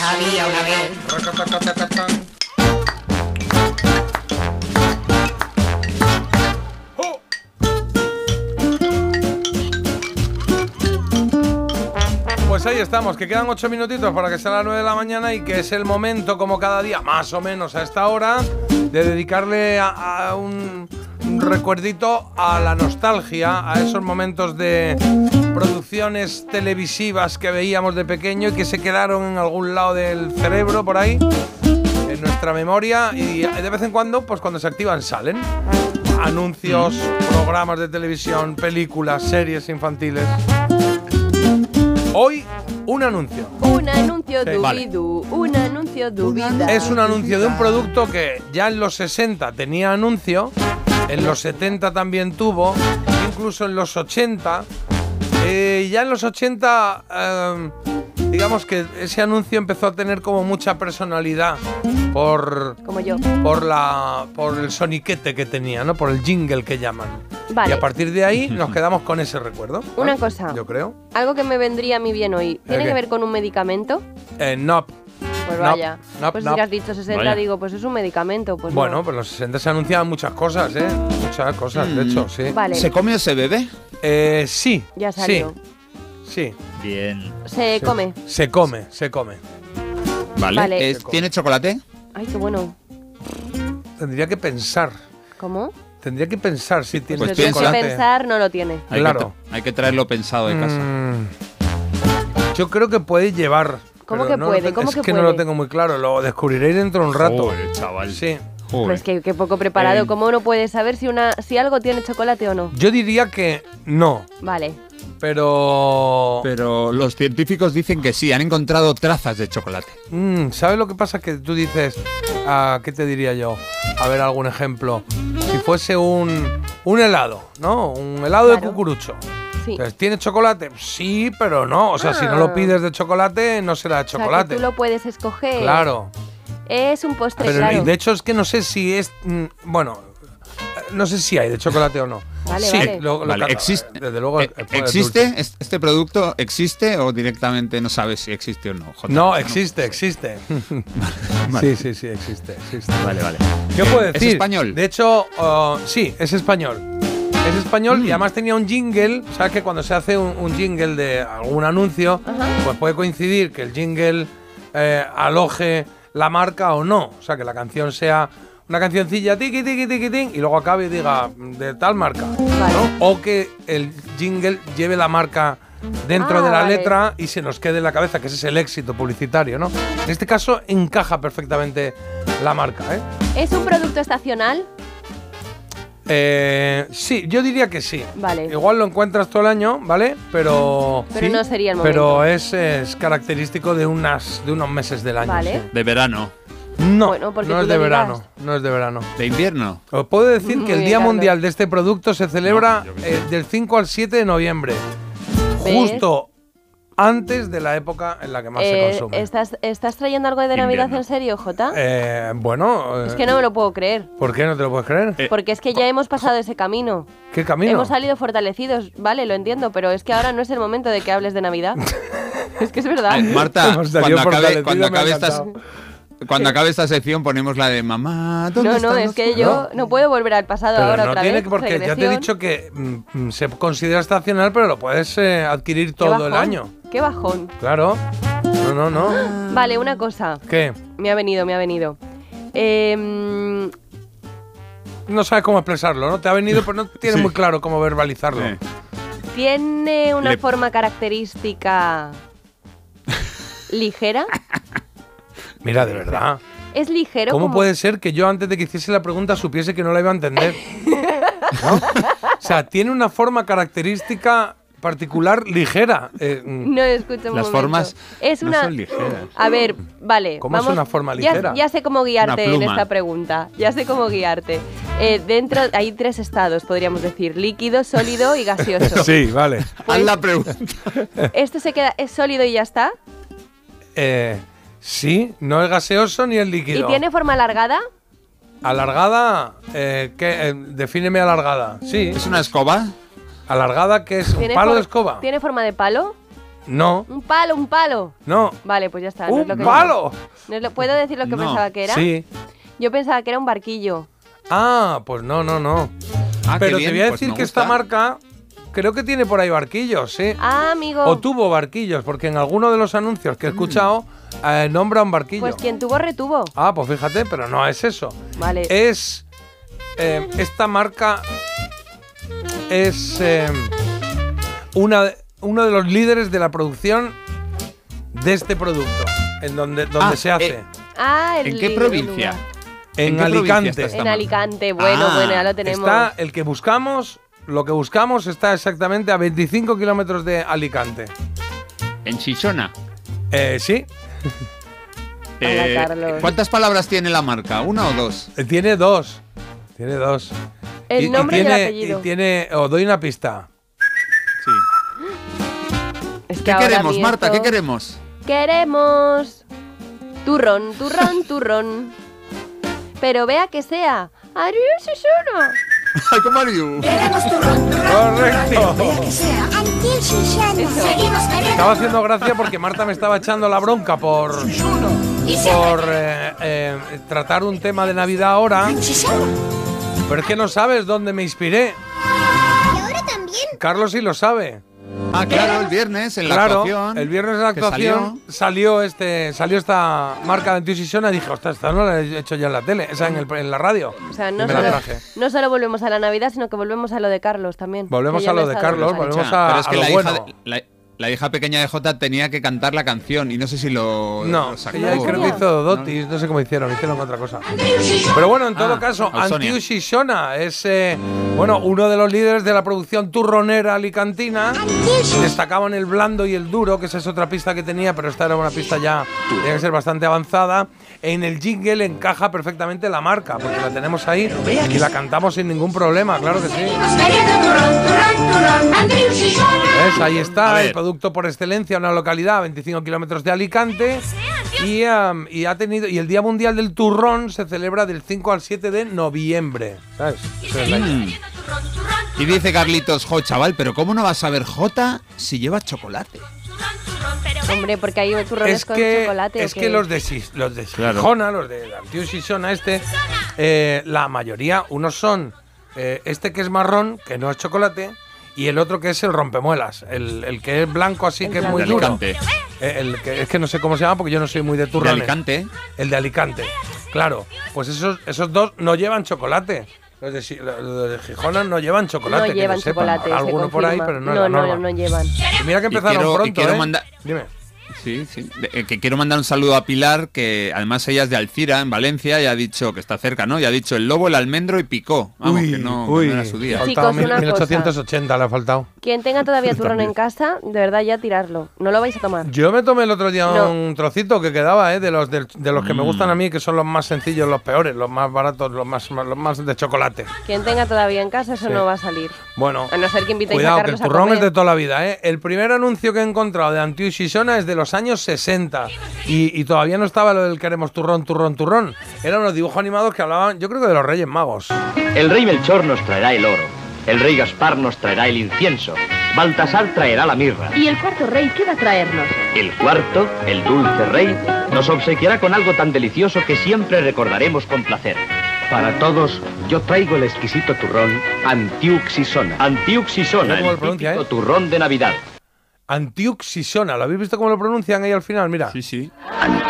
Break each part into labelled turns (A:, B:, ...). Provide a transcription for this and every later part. A: había una vez.
B: Pues ahí estamos, que quedan 8 minutitos para que sean las 9 de la mañana y que es el momento, como cada día, más o menos a esta hora, de dedicarle a, a un, un recuerdito a la nostalgia, a esos momentos de producciones televisivas que veíamos de pequeño y que se quedaron en algún lado del cerebro por ahí, en nuestra memoria, y de vez en cuando, pues cuando se activan, salen. Anuncios, programas de televisión, películas, series infantiles. Hoy un anuncio.
C: Un anuncio
B: Sí.
C: dubidu, un anuncio dubida.
B: Es un anuncio de un producto que ya en los 60 tenía anuncio, en los 70 también tuvo, incluso en los 80. eh, ya en los 80, eh, digamos que ese anuncio empezó a tener como mucha personalidad por,
C: Como yo.
B: por, la, por el soniquete que tenía, ¿no? por el jingle que llaman.
C: Vale.
B: Y a partir de ahí nos quedamos con ese recuerdo.
C: Una
B: ¿no?
C: cosa.
B: Yo creo.
C: Algo que me vendría a mí bien hoy. ¿Tiene
B: qué?
C: que ver con un medicamento?
B: Eh, no.
C: Pues
B: No,
C: vaya.
B: no,
C: pues
B: no.
C: si has dicho 60,
D: Vaya.
C: digo, pues es un medicamento. Pues
B: Bueno,
C: no.
B: pues en los 60 se anunciaban muchas cosas, ¿eh? Muchas cosas, de hecho, sí.
C: Vale,
E: ¿Se come o se bebe?
B: Eh, sí.
C: ya
B: sí,
C: salió.
B: Sí,
D: Bien.
C: Se
B: sí.
C: come.
B: Se come, se come.
E: Vale.
C: Vale.
E: Es- ¿Tiene chocolate?
C: Ay, qué bueno.
B: Tendría que pensar.
C: ¿Cómo?
B: Tendría que pensar si tiene
C: Pues lo
E: Pues
C: tienes que
E: piensa.
C: pensar, no lo tiene.
E: Hay
B: Claro.
E: Que tra- hay que traerlo pensado de casa.
B: Mm, yo creo que puede llevar.
C: ¿Cómo
B: pero
C: que
B: no lo
C: puede?
B: te-
C: ¿Cómo
B: es
C: que
B: no lo
C: puede?
B: tengo muy claro. Lo descubriré dentro de un rato.
D: Joder, chaval.
B: Sí.
E: Joder.
C: Pues que, que poco preparado.
D: Eh.
C: ¿Cómo uno puede saber si, una, si algo tiene chocolate o no?
B: Yo diría que no,
C: Vale.
B: pero.
E: Pero los científicos dicen que sí, han encontrado trazas de chocolate.
B: Mm, ¿Sabes lo que pasa? Que tú dices, ah, ¿qué te diría yo? A ver, algún ejemplo. Si fuese un, un helado, ¿no? Un helado de
C: Claro.
B: cucurucho.
C: Sí.
B: Entonces, ¿Tiene chocolate? Sí, pero no. O sea, si no
C: Ah.
B: lo pides de chocolate, no será de
C: O sea, que
B: chocolate.
C: tú lo puedes escoger.
B: Claro.
C: Es un postre,
B: Pero
C: claro.
B: de hecho es que no sé si es... mm, Bueno, eh, no sé si hay de chocolate o no.
C: Vale,
B: sí,
C: vale.
B: lo- lo
E: Vale,
B: cata-
E: existe,
B: Desde luego...
E: eh,
B: eh, puede
E: ¿existe?
B: dulce.
E: ¿Est- ¿Este producto existe o directamente no sabes si existe o no? Jota?
B: No, existe, existe. sí, sí, sí, existe, existe.
D: Vale, vale.
B: ¿Qué puedo
E: ¿Es
B: decir?
E: español?
B: De hecho, uh, sí, es español. Es español
C: Mm.
B: y además tenía un jingle. ¿Sabes que cuando se hace un, un jingle de algún anuncio, pues puede coincidir que el jingle eh, aloje la marca o no? O sea, que la canción sea una cancioncilla tiqui tiqui tiqui tin y luego acabe y diga mm, de tal marca.
C: Vale.
B: ¿no? O que el jingle lleve la marca dentro
C: Ah,
B: de la
C: vale.
B: letra y se nos quede en la cabeza, que ese es el éxito publicitario, ¿no? En este caso encaja perfectamente la marca, ¿eh?
C: ¿Es un producto estacional?
B: Eh, sí, yo diría que sí.
C: Vale.
B: Igual lo encuentras todo el año, ¿vale? Pero.
C: Pero no sería el momento.
B: Pero es, es característico de, unas, de unos meses del año.
C: Vale.
B: sí.
E: De verano.
B: No,
C: Bueno, porque
B: no
C: tú
B: es de
C: lo dirás.
B: verano. No es de verano.
E: De invierno.
B: Os puedo decir
C: Muy
B: que el
C: bien,
B: Día
C: Carlos.
B: Mundial de este producto se celebra
D: yo qué sé.
B: eh, del 5 al 7 de noviembre.
C: ¿Ves?
B: Justo antes de la época en la que más
C: Eh,
B: se consume.
C: ¿estás, ¿Estás trayendo algo de Navidad
D: Invierno.
C: en serio, Jota?
B: Eh, bueno,
C: es
B: eh,
C: que no me lo puedo creer.
B: ¿por qué no te lo puedes creer?
D: Eh,
C: Porque es que
B: oh,
C: ya hemos pasado ese camino.
B: ¿Qué camino?
C: Hemos salido fortalecidos, vale, lo entiendo, pero es que ahora no es el momento de que hables de Navidad. es que es verdad.
B: Eh,
E: Ay, Eh, Marta,
B: Hemos salido
E: cuando acabe,
B: fortalecido,
E: cuando,
B: me ha
E: acabe esta,
B: encantado.
E: cuando acabe esta sección ponemos la de mamá. ¿dónde
C: No, no,
E: están
C: es
E: los
C: que yo no puedo volver al pasado
B: Pero
C: ahora
B: no
C: otra
B: tiene
C: vez.
B: que- porque ya te he
C: regresión.
B: dicho que mm, mm, se considera estacional, pero lo puedes eh, adquirir
C: Qué
B: todo el
C: bajón,
B: año.
C: Qué bajón.
B: Claro. No, no, no.
C: Vale, una cosa.
B: ¿Qué?
C: Me ha venido, me ha venido. Em,
B: No sabes cómo expresarlo, ¿no? Te ha venido, pero no tienes
E: Sí.
B: muy claro cómo verbalizarlo.
E: Sí.
C: ¿Tiene una
E: Le-
C: forma característica ligera?
B: Mira, de verdad.
C: ¿Es ligero?
B: ¿Cómo
C: como-
B: puede ser que yo antes de que hiciese la pregunta supiese que no la iba a entender? ¿No? O sea, tiene una forma característica particular ligera. Eh, mm,
C: No, escucha un
E: Las
C: momento.
E: formas
C: es
E: no
C: una...
E: son ligeras.
C: A ver, vale.
B: ¿Cómo es
C: vamos-
B: una forma
C: ya-
B: ligera?
C: Ya, sé cómo
E: Una
C: guiarte en
E: pluma.
C: esta pregunta. Ya sé cómo guiarte. Eh, dentro hay tres estados, podríamos decir: líquido, sólido y gaseoso.
B: Sí, vale.
E: Haz la pregunta.
C: Esto se queda es sólido y ya está.
B: Eh, sí, no es gaseoso ni es líquido.
C: ¿Y tiene forma alargada?
B: Alargada, eh, ¿qué? Eh, defíneme alargada. Sí.
E: ¿Es una escoba?
B: Alargada que es un
C: ¿Tiene
B: palo
C: for-
B: de escoba.
C: ¿Tiene forma de palo?
B: No,
C: Un palo, un palo.
B: no.
C: Vale, pues ya está. no es lo
B: ¡Un
C: que
B: palo!
C: no es lo- ¿Puedo decir lo que
E: No.
C: pensaba que era?
B: Sí.
C: Yo pensaba que era un barquillo.
B: Ah, pues no, no, no.
E: Ah, qué
B: Pero
E: bien,
B: te voy a
E: pues
B: decir
E: me
B: que esta
E: gusta.
B: marca creo que tiene por ahí barquillos, ¿eh?
C: Ah, amigo.
B: O tuvo barquillos, porque en alguno de los anuncios que he escuchado eh, nombra un barquillo.
C: Pues quien tuvo, retuvo.
B: Ah, pues fíjate, pero no es eso.
C: Vale.
B: Es. eh, esta marca es eh, una, de- uno de los líderes de la producción de este producto, en donde, donde
E: Ah,
B: se hace.
E: eh,
C: ah, el
E: ¿En qué
C: li-
E: provincia?
C: lugar.
B: en,
E: ¿en qué provincia
B: Alicante.
E: estás?
C: En
E: Está
C: Alicante. Bueno,
E: Ah,
C: bueno, ya lo tenemos.
B: Está el que buscamos, lo que buscamos está exactamente a 25 kilómetros de Alicante.
E: En Chichona.
B: Eh, sí,
C: Hola, Carlos.
E: Eh, ¿Cuántas palabras tiene la marca? ¿Una o dos?
B: eh, tiene dos. Tiene dos.
C: El nombre y el
B: tiene,
C: apellido.
B: Y tiene, os doy una pista.
E: Sí.
C: Es que
E: ¿Qué
C: ahora a
E: queremos,
C: mí
E: Marta?
C: esto-
E: ¿Qué queremos?
C: Queremos turrón, turrón, turrón. Pero vea que sea. Arius y Suno.
E: Ay, ¿cómo are you?
A: Queremos turrón, turrón,
B: Correcto.
A: turrón, pero que sea. Antil Shishano.
C: Eso.
A: Seguimos queriendo
B: Estaba haciendo gracia porque Marta me estaba echando la bronca por,
A: Shishano. Y siempre
B: por eh, eh, tratar un tema de Navidad ahora,
A: queremos Shishano.
B: pero es que no sabes dónde me inspiré.
A: Y ahora también.
B: Carlos sí lo sabe.
E: Ah, claro, el viernes en la
B: Claro,
E: actuación.
B: el viernes de la
E: que
B: actuación
E: salió.
B: salió. este, salió esta marca de Antisisona y dije, ostras, esta no la he hecho ya en la tele, esa en, el- en la radio.
C: O sea,
B: Y
C: no
B: me la
C: solo,
B: traje.
C: no solo volvemos a la Navidad, sino que volvemos a lo de Carlos también.
B: Volvemos
C: que ya
B: a lo
C: no
B: de
C: está dando
B: Carlos,
C: mal.
B: volvemos
E: Escucha,
B: a-
E: pero es
B: a
E: que
B: lo
E: la,
B: bueno.
E: hija de- la, la hija pequeña de Jota tenía que cantar la canción y no sé si lo,
B: No,
E: lo sacó.
B: ella
C: ¿No
B: creo que
C: sabía?
B: hizo Dotis, no sé cómo hicieron, hicieron otra cosa. Pero bueno, en todo
E: Ah,
B: caso,
E: Ausonia.
B: Antiu Shishona es eh, bueno, uno de los líderes de la producción turronera alicantina. Destacaban el blando y el duro, que esa es otra pista que tenía, pero esta era una pista ya tiene que ser bastante avanzada. En el jingle encaja perfectamente la marca, porque la tenemos ahí y la cantamos sin ningún problema, claro que sí.
A: Seguimos queriendo turrón, turrón, turrón. Antil Shishano.
B: ¿Ves? Ahí
E: A
B: está,
E: ver.
B: el producto por excelencia, una localidad a 25 kilómetros de Alicante. Y, am, y ha tenido y el Día Mundial del Turrón se celebra del 5 al 7 de noviembre. ¿Sabes? Esa es la idea.
E: Y dice Carlitos, jo, chaval, pero ¿cómo no vas a ver Jota si lleva chocolate?
C: Hombre, porque hay turrones
B: Es
C: con
B: que,
C: chocolate.
B: es
C: ¿o
B: que
C: qué?
B: los de, Sis- los de
E: Claro.
B: Sijona, los de Antiu Sisona, este, eh, la mayoría, unos son eh, este que es marrón, que no es chocolate, y el otro que es el rompemuelas, el, el que es blanco así,
C: El
B: que es
C: blanco.
B: muy
E: De
B: duro.
E: Alicante.
B: Eh, el que, es que no sé cómo se llama porque yo no soy muy de
E: De
B: turrones.
E: Alicante. ¿eh?
B: El de Alicante. Claro, pues esos, esos dos no llevan chocolate. Los de, Si- los de Gijona no llevan chocolate.
C: no
B: que
C: llevan
B: yo sepa.
C: chocolate.
B: Habrá
C: se
B: alguno por ahí,
C: confirma.
B: pero no, es
C: no,
B: la
C: no,
B: norma.
C: no llevan.
B: Y mira que
E: Y
B: empezaron
E: quiero- y
B: pronto.
E: quiero
B: ¿eh?
E: manda-
B: Dime.
E: Sí, sí. De- eh, que quiero mandar un saludo a Pilar, que además ella es de Alcira, en Valencia, y ha dicho que está cerca, ¿no? Y ha dicho el lobo, el almendro y picó. Vamos, que no, que no era su
B: Le
E: día.
B: ha
C: Sí.
B: faltado
C: Chicos, una
B: 1880 le ha faltado.
C: Quien tenga todavía turrón en casa, de verdad ya tirarlo. No lo vais a tomar.
B: Yo me tomé el otro día
C: No.
B: un trocito que quedaba, ¿eh? De los, del- de, los que
E: Mm.
B: me gustan a mí, que son los más sencillos, los peores, los más baratos, los más, los más de chocolate.
C: Quien tenga todavía en casa, eso
B: Sí.
C: no va a salir.
B: Bueno,
C: A no ser que invitéis
B: cuidado,
C: a
B: que el
C: Carlos a
B: turrón es
C: comer.
B: de toda la vida, ¿eh? El primer anuncio que he encontrado de Antiu Shishona es de los años 60 y, y todavía no estaba lo del queremos turrón, turrón, turrón. Eran unos dibujos animados que hablaban, yo creo que de los Reyes Magos.
D: El rey Melchor nos traerá el oro. El rey Gaspar nos traerá el incienso. Baltasar traerá la mirra.
F: ¿Y el cuarto rey qué va a traernos?
D: El cuarto, el dulce rey, nos obsequiará con algo tan delicioso que siempre recordaremos con placer. Para todos, yo traigo el exquisito turrón Antiuxisona.
B: Mira
D: Antiuxisona,
B: cómo
D: el
B: lo pronuncia,
D: típico
B: ¿eh?
D: turrón de Navidad.
B: Antiu Shishona, ¿lo habéis visto cómo lo pronuncian ahí al final? Mira.
E: Sí, sí.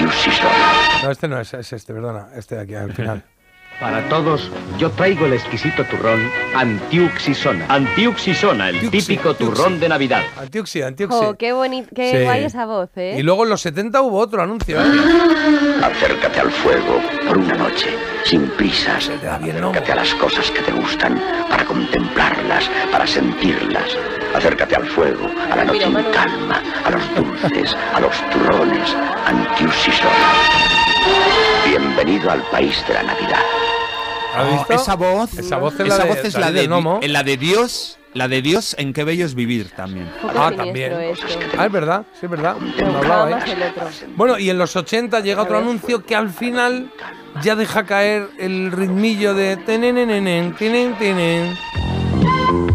D: Antiuxisona.
B: No, este no es, es este, perdona, este de aquí al final.
D: Para todos, yo traigo el exquisito turrón Antiuxisona. Antiuxisona, el
B: Tiuxi,
D: típico
B: tiuxi.
D: turrón de Navidad.
B: Antiuxi, Antiuxi.
C: Jo, Oh, qué bonito, qué
B: Sí.
C: guay esa voz, ¿eh? Mm.
B: Y luego en los 70 hubo otro anuncio. ¿eh?
G: Acércate al fuego por una noche, sin prisas.
B: te da bien, ¿no?
G: Acércate a las cosas que te gustan, para contemplarlas, para sentirlas. Acércate al fuego, a la noche en
C: Piromano.
G: calma, a los dulces, a los turrones, antiusisona. Bienvenido al país de la Navidad.
B: ¿Has visto?
E: Oh, esa voz,
B: Esa voz es la
E: esa
B: de-
E: voz es
B: la
E: la
B: del
E: de, eh,
B: gnomo.
E: la de Dios, la de Dios en qué bello es vivir también.
C: Un poco
B: Ah,
C: siniestro
B: también.
C: esto.
B: Ah, es verdad, sí, es verdad.
C: Me
B: No
C: gustaba
B: hablaba, ¿eh?
C: más el otro.
B: Bueno, y en los 80 llega otro anuncio que al final ya deja caer el ritmillo de... tenenenen, tenen, tenen.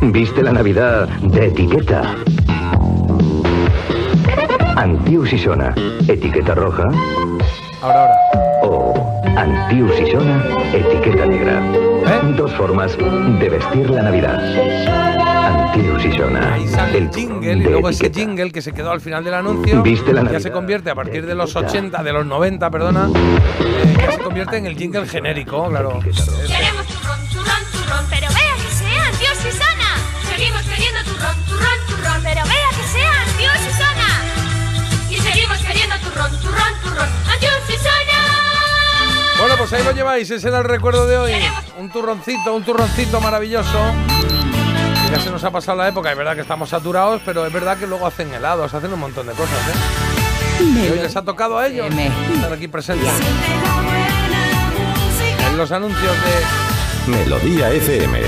D: Viste la Navidad de etiqueta.
G: Antiusisona, etiqueta roja
B: Ahora, ahora.
G: o Antiusisona, etiqueta negra.
B: ¿Eh?
G: Dos formas de vestir la Navidad. Antiusisona,
B: Ahí sale el jingle y luego ese
G: etiqueta.
B: jingle que se quedó al final del anuncio
G: Viste la
B: ya
G: Navidad.
B: se convierte a partir de los 80, de los 90, perdona, eh, ya se convierte en el jingle genérico, claro.
A: Queremos turrón, turrón, turrón, pero vea que sea Dios y sana. Seguimos queriendo turrón, turrón, turrón, pero vea que sea Dios y sana. Y seguimos queriendo turrón, turrón, turrón, Dios y sana.
B: Bueno, pues ahí lo lleváis, ese era el recuerdo de hoy. Un turroncito, un turroncito maravilloso. Ya se nos ha pasado la época, es verdad que estamos saturados, pero es verdad que luego hacen helados, hacen un montón de cosas, ¿eh? Y hoy les ha tocado a ellos
H: Me-
B: estar aquí presentes. En los anuncios de
I: Melodía FM.